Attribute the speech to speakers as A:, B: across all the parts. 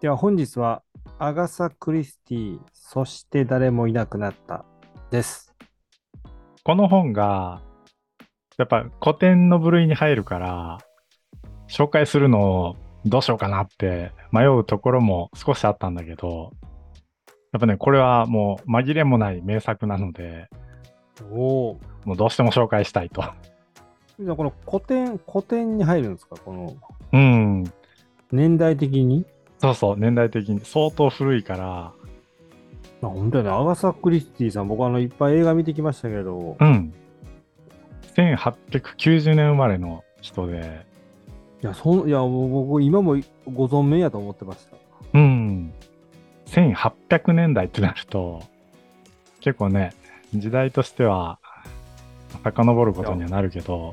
A: では本日はアガサ・クリスティ、そして誰もいなくなったです。
B: この本が、やっぱ古典の部類に入るから、紹介するのをどうしようかなって迷うところも少しあったんだけど、やっぱね、これはもう紛れもない名作なので、
A: おお。
B: もうどうしても紹介したいと。
A: じゃあこの古典、古典に入るんですかこの
B: うん、
A: 年代的に
B: そうそう、年代的に相当古いから、
A: あ本当やね、アガサ・クリスティさん、僕あのいっぱい映画見てきましたけど、
B: うん。1890年生まれの人で、
A: いや、そんいやもう僕今もご存命やと思ってました。
B: うん。1800年代ってなると、結構ね、時代としては、遡ることにはなるけど、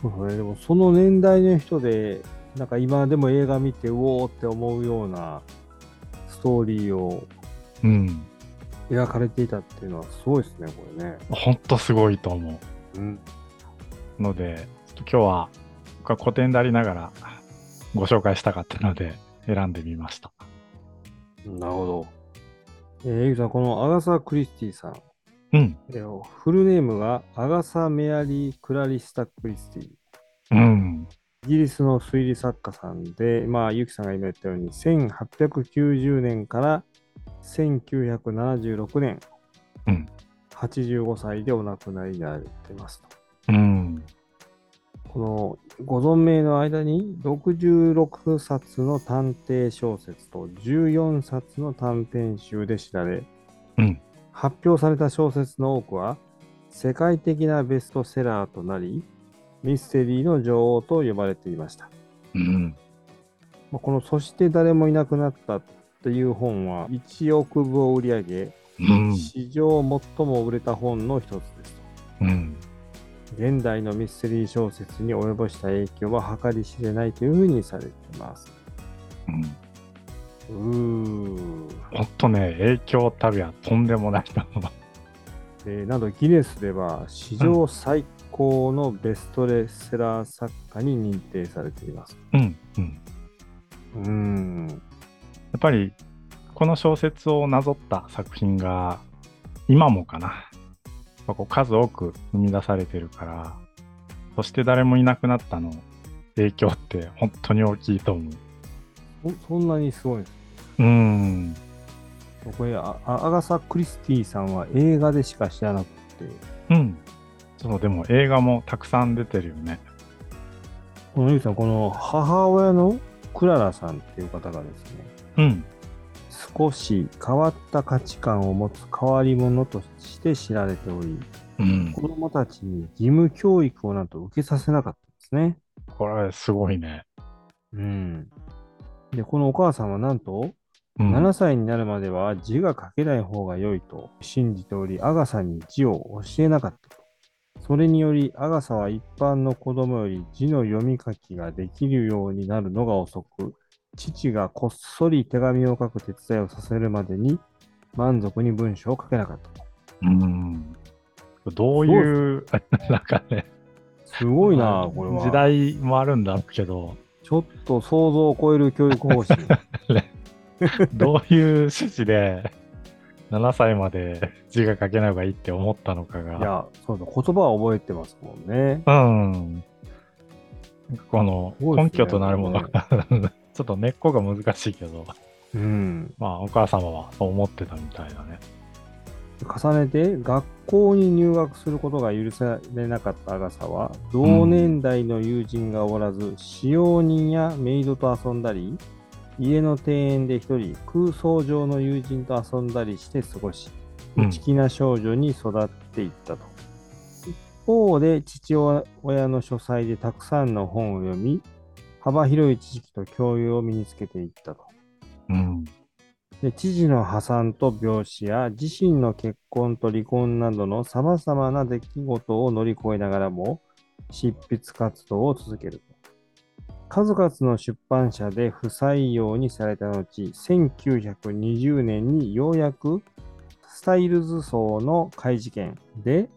A: そうですね、でもその年代の人で、なんか今でも映画見て、うおーって思うようなストーリーを
B: うん。
A: 描かれていたっていうのはすごいですね、これね。
B: ほんとすごいと思
A: うん。
B: う。ので、ちょっと今日は、僕は古典でありながら、ご紹介したかったので、選んでみました。
A: なるほど。えー、エグさん、このアガサ・クリスティさん、
B: うん。
A: えーフルネームがアガサ・メアリー・クラリスタ・クリスティ。
B: うん。
A: イギリスの推理作家さんで、まあ、ゆきさんが今言ったように、1890年から1976年、
B: うん
A: 85歳でお亡くなりになってますと。
B: うん。
A: このご存命の間に66冊の探偵小説と14冊の短編集で知られ、
B: うん
A: 発表された小説の多くは世界的なベストセラーとなり、ミステリーの女王と呼ばれていました。
B: うん。
A: まあこの「そして誰もいなくなった」っていう本は1億部を売り上げ、
B: うん。
A: 史上最も売れた本の一つですと。
B: うん。
A: 現代のミステリー小説に及ぼした影響は計り知れないというふうにされています。
B: うん
A: うー、
B: ほんとね、影響たるやとんでもないと思う。
A: えー、などギネスでは史上最高のベストレセラー作家に認定されています。
B: うん。うん。
A: うーん。
B: やっぱりこの小説をなぞった作品が今もかなやっぱこう数多く生み出されてるからそして誰もいなくなったの影響って本当に大きいと思う
A: そそんなにすごいんです。
B: うーん
A: これああアガサ・クリスティさんは映画でしか知らなくて、
B: うんそうでも映画もたくさん出てるよね
A: このゆうさん、この母親のクララさんっていう方がですね、
B: うん
A: 少し変わった価値観を持つ変わり者として知られており、
B: うん
A: 子供たちに義務教育をなんと受けさせなかったんですね。
B: これすごいね、
A: うん。で、このお母さんはなんと、
B: うん、
A: 7歳になるまでは字が書けない方が良いと信じており、アガサに字を教えなかったと。それにより、アガサは一般の子供より字の読み書きができるようになるのが遅く、父がこっそり手紙を書く手伝いをさせるまでに満足に文章を書けなかったと。
B: うんどういうなんかね
A: すごいなあ、これは。
B: 時代もあるんだろうけど
A: ちょっと想像を超える教育方針。
B: どういう趣旨で7歳まで字が書けない方がいいって思ったのか
A: い
B: が。
A: や、そうだ、言葉は覚えてますもんね。
B: うん。なんかこの
A: すごいっ
B: 根
A: すね
B: 拠となるものが、 ちょっと根っこが難しいけど、
A: うん。
B: まあお母様はそう思ってたみたいだね。
A: 重ねて、学校に入学することが許されなかったアガサは、同年代の友人がおらず、使用人やメイドと遊んだり、家の庭園で一人、空想上の友人と遊んだりして過ごし、
B: うん
A: 内気な少女に育っていったと。一方で父親の書斎でたくさんの本を読み、幅広い知識と教養を身につけていったと。
B: うん。
A: で知事の破産と病死や自身の結婚と離婚などのさまざまな出来事を乗り越えながらも執筆活動を続けると。数々の出版社で不採用にされた後、1920年にようやくスタイルズ層の怪事件で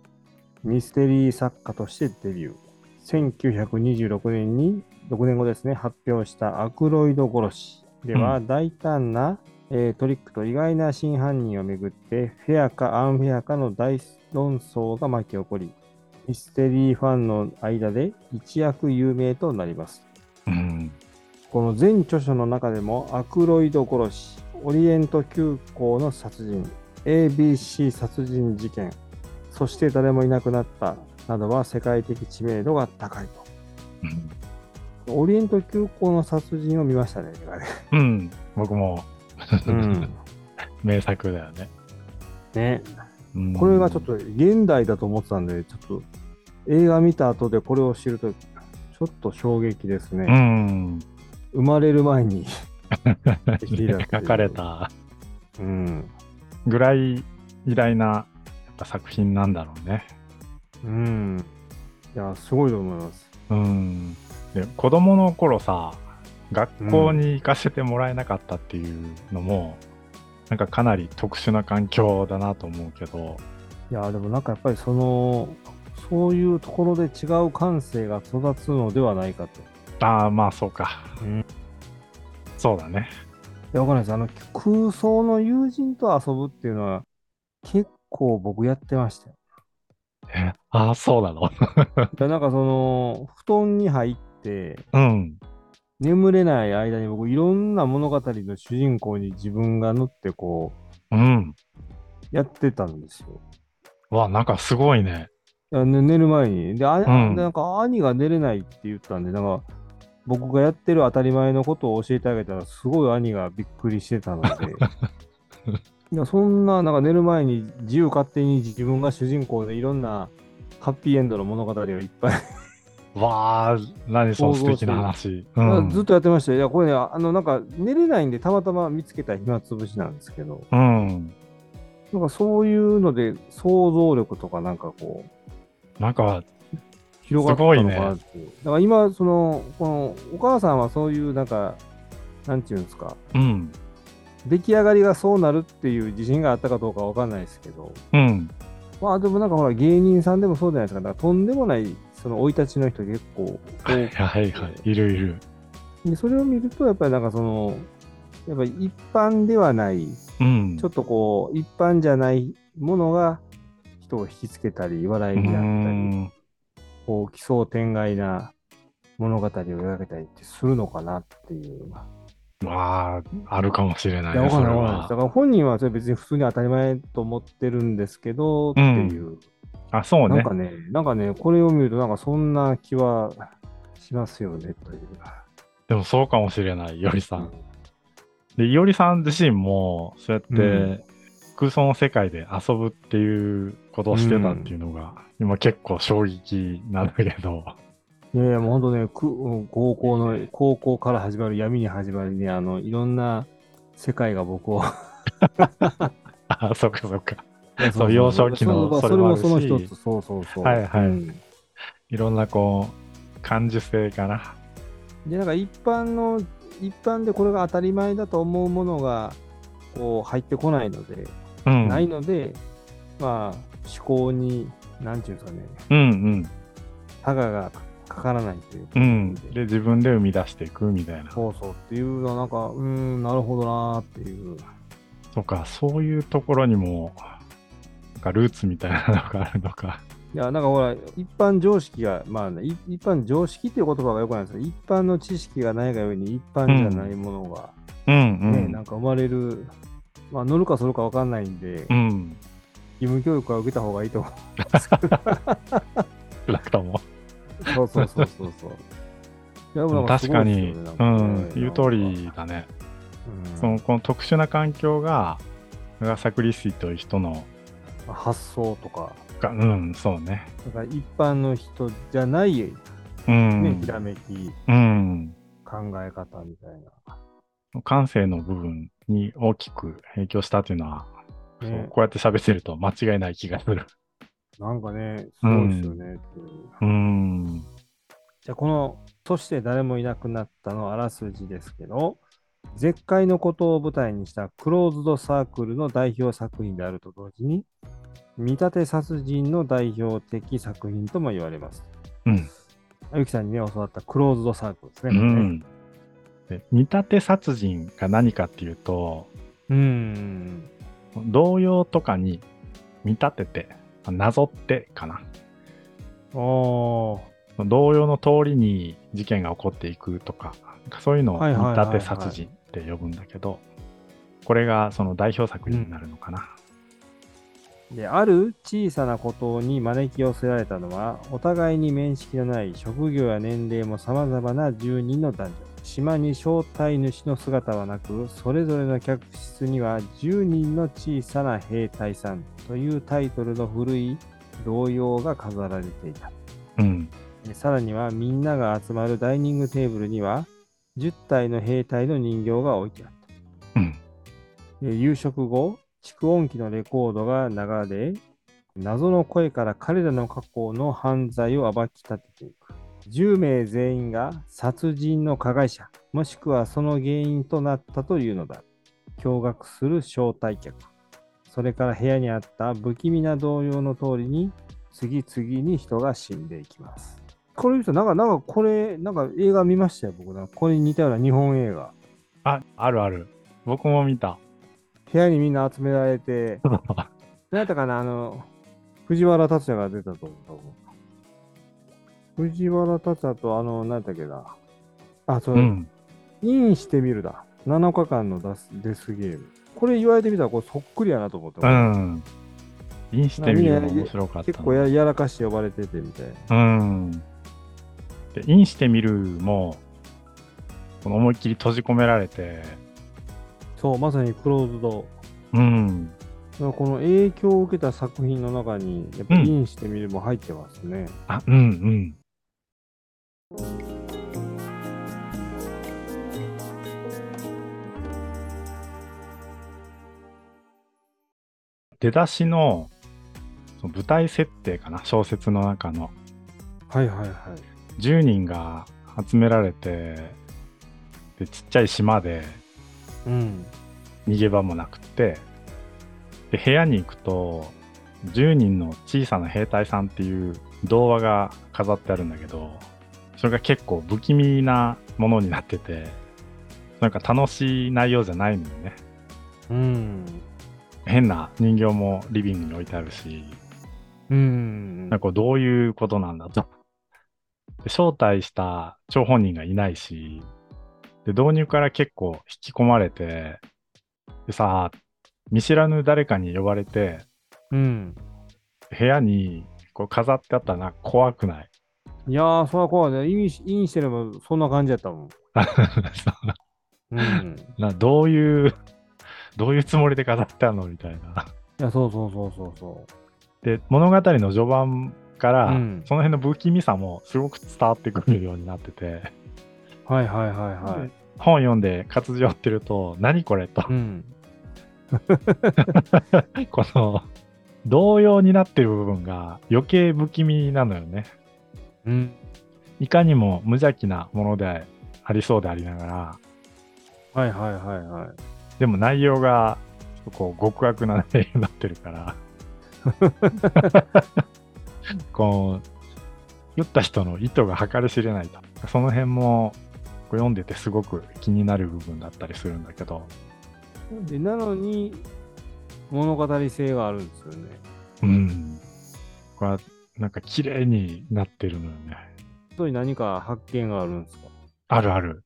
A: ミステリー作家としてデビュー。1926年に、6年後ですね、発表したアクロイド殺し。では、大胆な、えートリックと意外な真犯人をめぐって、フェアかアンフェアかの大論争が巻き起こり、ミステリーファンの間で一躍有名となります。
B: うん。
A: この全著書の中でも、アクロイド殺し、オリエント急行の殺人、ABC 殺人事件、そして誰もいなくなったなどは世界的知名度が高い
B: うん
A: と。オリエント急行の殺人を見ましたね、映画で。
B: うん。僕も、
A: うん。
B: 名作だよね。
A: ね。
B: うん
A: これがちょっと現代だと思ってたんで、ちょっと映画見た後でこれを知ると、ちょっと衝撃です
B: う
A: ね。
B: ん。
A: 生まれる前に。
B: 書かれた
A: うん。
B: ぐらい偉大なやっぱ作品なんだろうね。
A: うん。いや、すごいと思います。
B: うん。で、子供の頃さ、学校に行かせてもらえなかったっていうのも、なんかかなり特殊な環境だなと思うけど、
A: いや、でもなんかやっぱりその、そういうところで違う感性が育つのではないかと。
B: ああ、まあそうか。
A: うん
B: そうだね。
A: いや、わかんないです。あの、空想の友人と遊ぶっていうのは、結構僕やってましたよ。
B: えああ、そうなの。
A: いやなんかその、布団に入って、
B: うん。
A: 眠れない間に僕いろんな物語の主人公に自分が乗ってこ
B: うん。
A: うやってたんですよ。
B: わ、なんかすごいね。
A: いやね寝る前に。で、あ
B: うん
A: でなんか兄が寝れないって言ったんで、なんか僕がやってる当たり前のことを教えてあげたらすごい兄がびっくりしてたので。 いやそんな、なんか寝る前に自由勝手に自分が主人公でいろんなハッピーエンドの物語をいっぱい
B: わあ、何その素敵な話。う
A: いや
B: ん。
A: ずっとやってましたよ。いや、これね、あの、なんか寝れないんでたまたま見つけた暇つぶしなんですけど。
B: うん。
A: なんかそういうので想像力とかなんかこう
B: なんか、
A: 広がったのかなっていう。だから今そのこのお母さんはそういうなんかなんていうんですか
B: うん。
A: 出来上がりがそうなるっていう自信があったかどうかわかんないですけど
B: うん。
A: まあでもなんかほら芸人さんでもそうじゃないですかだからとんでもないその生い立ちの人結構多
B: はいはいはい。いるいる。
A: くでそれを見るとやっぱりなんかそのやっぱり一般ではない
B: うん。
A: ちょっとこう一般じゃないものが人を引きつけたり笑いになったり。
B: うん
A: こう奇想天外な物語を描けたりってするのかなっていう。
B: まあ、あるかもしれない
A: いや、
B: ね、
A: わか
B: そ
A: ん
B: れ
A: ないわかんないです。だ
B: は。
A: から本人はそれ別に普通に当たり前と思ってるんですけど、っていう。
B: あ、そう
A: なん
B: ね
A: か。ね、なんかね、これを見るとなんかそんな気はしますよね、という。
B: でもそうかもしれない、いおりさ。
A: うん
B: で、いおりさん自身も、そうやって、
A: うん
B: 空想の世界で遊ぶっていうことをしてたっていうのが、今結構衝撃なんだけど、
A: いやいや、もうほんとね、くうん高校の、高校から始まる闇に始まりね、あの、いろんな世界が僕を。
B: あ、そっかそっか。
A: いや
B: そう幼少期の
A: そ
B: そ
A: れ
B: れ
A: も
B: も
A: その
B: あるし
A: 一つ、そうそうそう。
B: はいは
A: う
B: い
A: ん
B: いろんなこう、感受性かな。
A: でなんか一般の一般でこれが当たり前だと思うものがこう入ってこないので、
B: うん。
A: ないのでまあ思考に何ていうんですかね
B: うん
A: 歯がかからないというか、
B: うん。うん。で、自分で生み出していくみたいな。
A: そうそうっていうのはなんかうーんなるほどなーっていう
B: そうか、そういうところにも、なんかルーツみたいなのがあるのか。
A: いやなんかほら一般常識がまあ、ね、い一般常識っていう言葉がよくないんですけど一般の知識がないがゆえに一般じゃないものが、
B: うん
A: ねなんか生まれるまあ乗るかそるかわかんないんで、
B: うん。
A: 義務教育は受けた方がいいと思う
B: 少なくとも。
A: そうそうそうそうそう。いやでもなんす
B: 確
A: ご
B: か
A: いです
B: に、
A: よね
B: う
A: なん
B: ん、言う通りだね。そ
A: かね
B: の、この特殊な環境が、長サクリスティという人の、
A: うん発想とか、
B: がうん、そうね。
A: だから一般の人じゃない、ね
B: うん。
A: ひらめき、
B: うん。
A: 考え方みたい
B: 感性の部分に大きく影響したというのは、
A: な。
B: そう
A: ね、
B: こうやって喋ってると間違いない気がする。
A: なんかね、すごいですよねっていう、
B: うん。
A: じゃあこの、そして誰もいなくなったのあらすじですけど、絶海のことを舞台にしたクローズドサークルの代表作品であると同時に、見立て殺人の代表的作品とも言われます。
B: うん。
A: ゆきさんにね、教わったクローズドサークルです
B: う
A: ね。
B: ん。で見立て殺人が何かっていうと、
A: うん。
B: 童謡とかに見立てて、まあなぞってかな。
A: ああ。
B: 童謡の通りに事件が起こっていくとか、なんかそういうのを
A: はいはいはい
B: 見
A: はい
B: 立て殺人って呼ぶんだけど、これがその代表作になるのかな。
A: で、ある小さなことに招き寄せられたのは、お互いに面識のない職業や年齢も様々な住人の男女。島に招待主の姿はなく、それぞれの客室には10人の小さな兵隊さんというタイトルの古い童謡が飾られていた。
B: うん。
A: えさらにはみんなが集まるダイニングテーブルには10体の兵隊の人形が置いてあった。
B: うん。
A: で夕食後、蓄音機のレコードが流れ、謎の声から彼らの過去の犯罪を暴き立てていく。10名全員が殺人の加害者、もしくはその原因となったというのだ。驚愕する招待客。それから部屋にあった不気味な動揺の通りに、次々に人が死んでいきます。これ見たらなんか、なんかこれ、なんか映画見ましたよ、僕な。これに似たような日本映画。
B: あ、あるある。僕も見 た。
A: 部屋にみんな集められて、何やったかな、あの、藤原竜也が出たと思う多分。藤原竜也と、あの、何やったっけな。あ、そうう、
B: ん。
A: インしてみるだ。7日間のデスデスゲーム。これ言われてみたら、これそっくりやなと思って。
B: うん。インしてみるの面白かったな。
A: 結構ややらかして呼ばれててみたいな。
B: うん。で、インしてみるも、この思いっきり閉じ込められて、
A: そう、まさにクローズド。
B: うん。
A: だからこの影響を受けた作品の中に、やっぱ
B: うん
A: インしてみるも入ってますね。
B: あ、うんうん。出だしのその舞台設定かな小説の中の
A: はいはいはい。
B: 10人が集められてでちっちゃい島で
A: うん。
B: 逃げ場もなくてで部屋に行くと10人の小さな兵隊さんっていう童話が飾ってあるんだけどそれが結構不気味なものになっててなんか楽しい内容じゃないのよね
A: うん。
B: 変な人形もリビングに置いてあるし
A: うん
B: なんかこうどういうことなんだとで招待した張本人がいないしで導入から結構引き込まれてでさ見知らぬ誰かに呼ばれて
A: うん。
B: 部屋にこう飾ってあったら怖 くない
A: いやー、そりゃ怖いね。インしインしてればそんな感じやったもん。うん。
B: などういうどういうつもりで飾ってあるのみたいない
A: や、そうそうそうそうそ
B: で物語の序盤から、
A: うん
B: その辺の不気味さもすごく伝わってくるようになってて、
A: う。はいはいはいはい
B: で。本読んで活字を追ってると何これと、
A: うん。
B: この同様になってる部分が余計不気味なのよね
A: うん。
B: いかにも無邪気なものでありそうでありながら
A: はいはいはいはい。
B: でも内容がちょっとこう極悪な内容になってるから、 こう、酔った人の意図が計り知れないと。その辺もこう読んでてすごく気になる部分だったりするんだけど、
A: で、なのに、物語性があるんですよね。
B: うん。これはなんか綺麗になってるのよね。
A: 本当に何か発見があるんですか
B: あるある。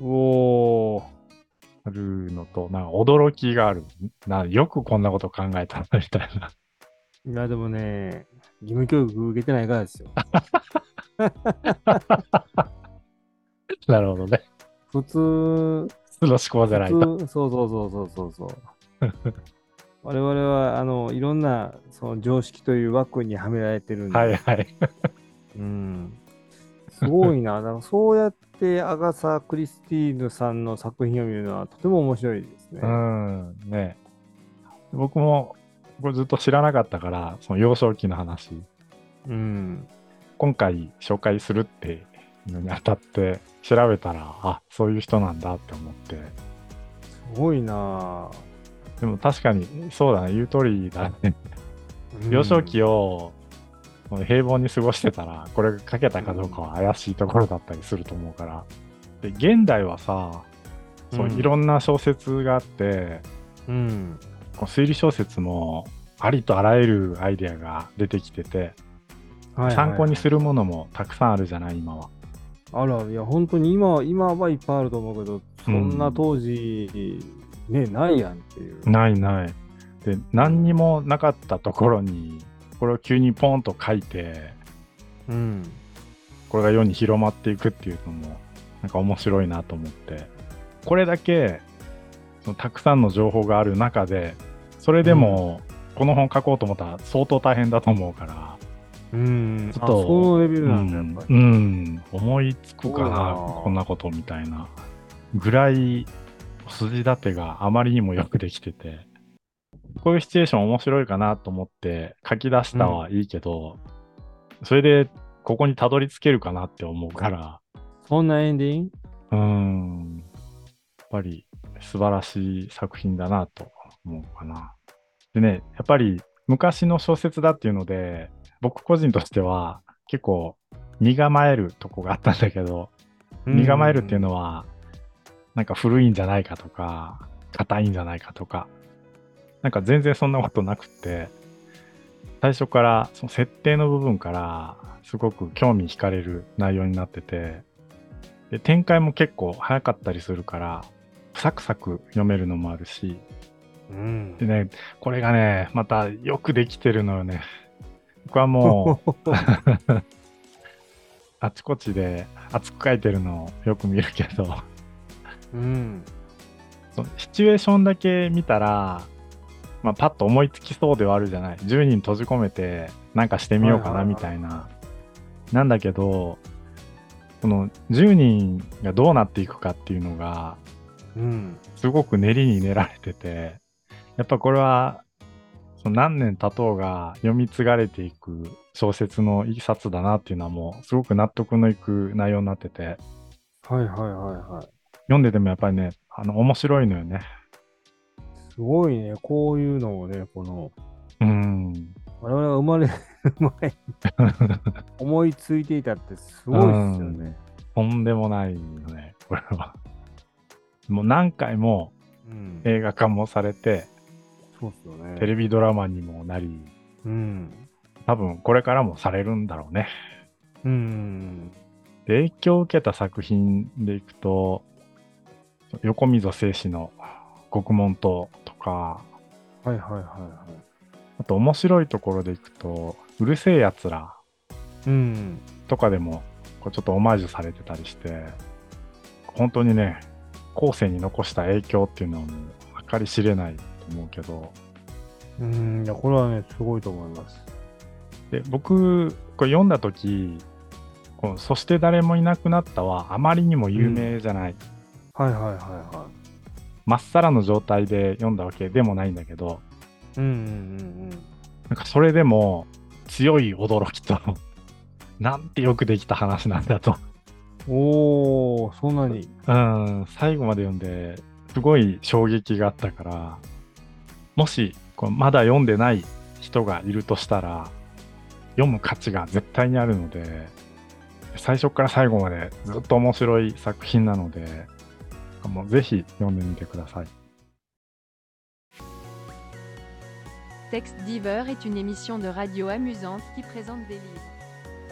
A: おー。
B: あるのと、なんか驚きがある。なよくこんなこと考えたな、みたいな。
A: いや、でもね、義務教育受けてないからですよ。
B: なるほど ね。
A: 普通、
B: 普通の思考じゃないと。
A: 普通そうそうそうそうそうそう。 我々は、あの、いろんな、その常識という枠にはめられてるんで、
B: はいはい。
A: うんすごいな。なんかそうやってアガサ・クリスティーヌさんの作品を見るのはとても面白いですね。
B: うん、ね僕も、これずっと知らなかったから、その幼少期の話、
A: うん。
B: 今回紹介するっていうのにあたって調べたら、あ、そういう人なんだって思って。
A: すごいな。
B: でも確かに、そうだね、言う通りだね。幼少期
A: を。
B: を平凡に過ごしてたら、これが書けたかどうかは怪しいところだったりすると思うから、で現代はさそう
A: うん
B: いろんな小説があって、
A: うん。
B: こう推理小説もありとあらゆるアイデアが出てきてて
A: はいはい
B: 参考にするものもたくさんあるじゃない今は。
A: あら、いや、本当に今は、今はいっぱいあると思うけど、そんな当時、ね、ないやんっていう。
B: ないない。で何にもなかったところにこれを急にポンと書いて
A: うん。
B: これが世に広まっていくっていうのもなんか面白いなと思ってこれだけそのたくさんの情報がある中でそれでもこの本書こうと思ったら相当大変だと思うから、
A: うん。
B: ちょ
A: あ
B: っと
A: そのレベ
B: う
A: ルなんだ、やっ
B: ん
A: ぱり。
B: うん思いつくか
A: そうだ
B: な
A: な
B: こんなことみたいなぐらい筋立てがあまりにもよくできててこういうシチュエーション面白いかなと思って書き出したはいいけど、それでここにたどり着けるかなって思うから。
A: そんなエンディング
B: うーん。やっぱり素晴らしい作品だなと思うかな。でね、やっぱり昔の小説だっていうので、僕個人としては結構身構えるとこがあったんだけど、身構えるっていう
A: の
B: のは、なんか古いんじゃないかとか、硬いんじゃないかとか、なんか全然そんなことなくって、最初から、その設定の部分から、すごく興味惹かれる内容になってて、で展開も結構早かったりするから、サクサク読めるのもあるし、
A: うん
B: で。ね、これがね、またよくできてるのよね。僕 はもう、あちこちで熱く書いてるのをよく見るけど、
A: うん。
B: そのシチュエーションだけ見たら、まあ、パッと思いつきそうではあるじゃない10人閉じ込めてなんかしてみようか
A: は
B: な
A: は
B: い
A: い
B: み
A: はい
B: たいななんだけどこの10人がどうなっていくかっていうのが
A: うん。
B: すごく練りに練られててやっぱこれはその何年経とうが読み継がれていく小説の一冊だなっていうのはもうすごく納得のいく内容になってて
A: はいはいはいはい。
B: 読んでてもやっぱりねあの面白いのよね。
A: すごいね、こういうのをね、この、
B: うん
A: 我々が生 まれる前に思いついていたってすごいですよね。
B: とんでもないよね、これは。もう何回も
A: うん。
B: 映画化もされて、
A: そうっすよね。
B: テレビドラマにもなり、
A: うん。
B: 多分これからもされるんだろうね。
A: うん。
B: で影響を受けた作品でいくと、横溝正史の獄門島とか、
A: はいはいはいは
B: あと面白いところでいくと、うるせえやつら
A: い。うん。
B: とかでも、こうちょっとオマージュされてたりして、本当にね、後世に残した影響っていうのはもう計り知れないと思うけど、
A: うん。いや、これはね、すごいと思います。
B: で僕これ読んだ時この「そして誰もいなくなった」はあまりにも有名じゃない、
A: はいはいはいは
B: まっさらの状態で読んだわけでもないんだけど
A: い。うんうん
B: なんかそれでも強い驚きと なんてよくできた話なんだと
A: うんうん。おー、そんなに。
B: うん最後まで読んですごい衝撃があったからもしこうまだ読んでない人がいるとしたら読む価値が絶対にあるので最初から最後までずっと面白い作品なのでもうぜひ読んでみてください。
C: Texte d'Iver est une émission de radio amusante qui présente des livres.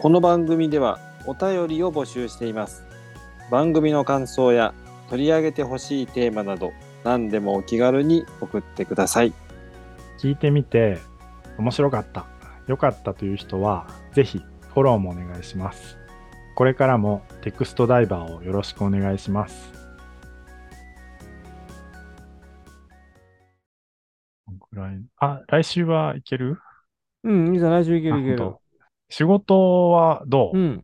D: この番組ではお便りを募集しています番組の感想や取り上げてほしいテーマなど何でもお気軽に送ってください
B: 聞いてみて面白かった良かったという人はぜひフォローもお願いしますこれからもテクストダイバーをよろしくお願いしますこんくらいあ来週はいける
A: うん、いいじゃん、来週いけるいけ
B: あ
A: る
B: 本。仕事はどう、
A: うん。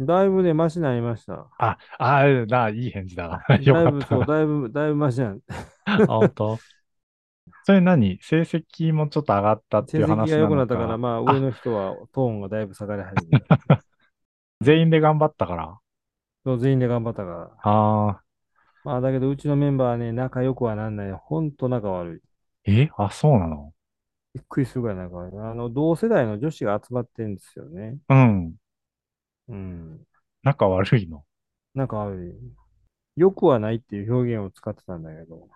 A: だいぶね、マシになりました。
B: ああなあいい返事だよ
A: だい
B: か
A: ぶ、
B: った
A: そう、だいぶ、だいぶマシなん。
B: あ 本当それ何成績もちょっと上がったって
A: 成
B: いう話なの
A: 績
B: か
A: が良くなったから、まあ、上の人はトーンがだいぶ下がり始め た。
B: 全員で頑張ったから
A: そう全員で頑張ったから。
B: ああ
A: まあ、だけど、うちのメンバーはね、仲良くはなんない。ほんと仲悪い。
B: えあそうなの
A: びっくりするぐらい仲悪い。あの、同世代の女子が集まってるんですよね。
B: うん
A: うん。
B: 仲悪いの
A: 仲悪い。良くはないっていう表現を使ってたんだけ ど、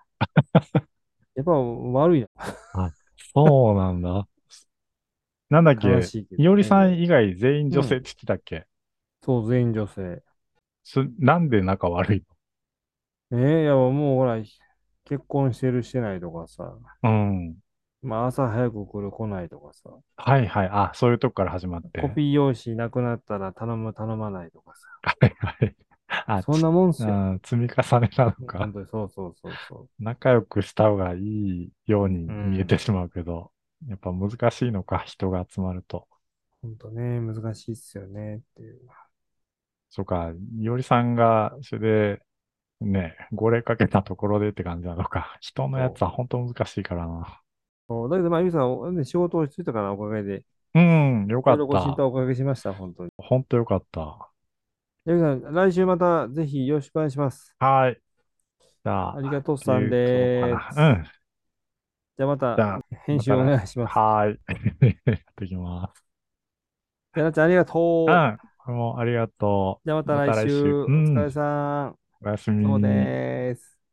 A: やっぱ悪いな。
B: そうなんだ。 なんだっけ、
A: 悲しいけどね
B: いおりさん以外全員女性って言ってたっけ、
A: そう、全員女性。
B: すなんで仲悪い
A: えー、いや、もうほら、結婚してるしてないとかさ、
B: のうん。
A: まあ朝早く来る来ないとかさ、
B: はいはい。あ、そういうとこから始まって。
A: コピー用紙なくなったら頼む頼まないとか
B: はいはい。あ、
A: さ、そんなもんっ
B: つ
A: すよ。
B: あ積み重ねなのか
A: 本。当にそうそうそうそう。
B: 仲良くした方がいいように見えてしまうけど、やっぱ難しいのか、人が集まると。
A: 本当ね、難しいっすよねっていう。
B: そうか、いおりさんが、それで、ね、号令かけたところでって感じなのか。人のやつは本当難しいからな。
A: そうだけど、まあ、ゆうさんお、ね仕事をしてたからおかげで、
B: うん、よ
A: いろ
B: か
A: い
B: っ
A: ろご心配
B: た。
A: おかけしました、本当に。
B: 本当よかった。
A: ゆうさん、来週またぜひよろしくお願いします。
B: はい。じゃあ、
A: ありがとうさんで
B: ってい
A: ー
B: うとこ
A: す。
B: かなうん。
A: じゃあま
B: じゃ
A: た
B: あ、
A: 編集お願いします。
B: はーい。 やってきます。
A: やなちゃん、ありがと
B: う
A: う。
B: ん。これもありがとう。
A: じゃあまた
B: また
A: 来
B: 来週
A: 週、お
B: うん
A: 疲れさん。
B: おやすみ。
A: そうでーす。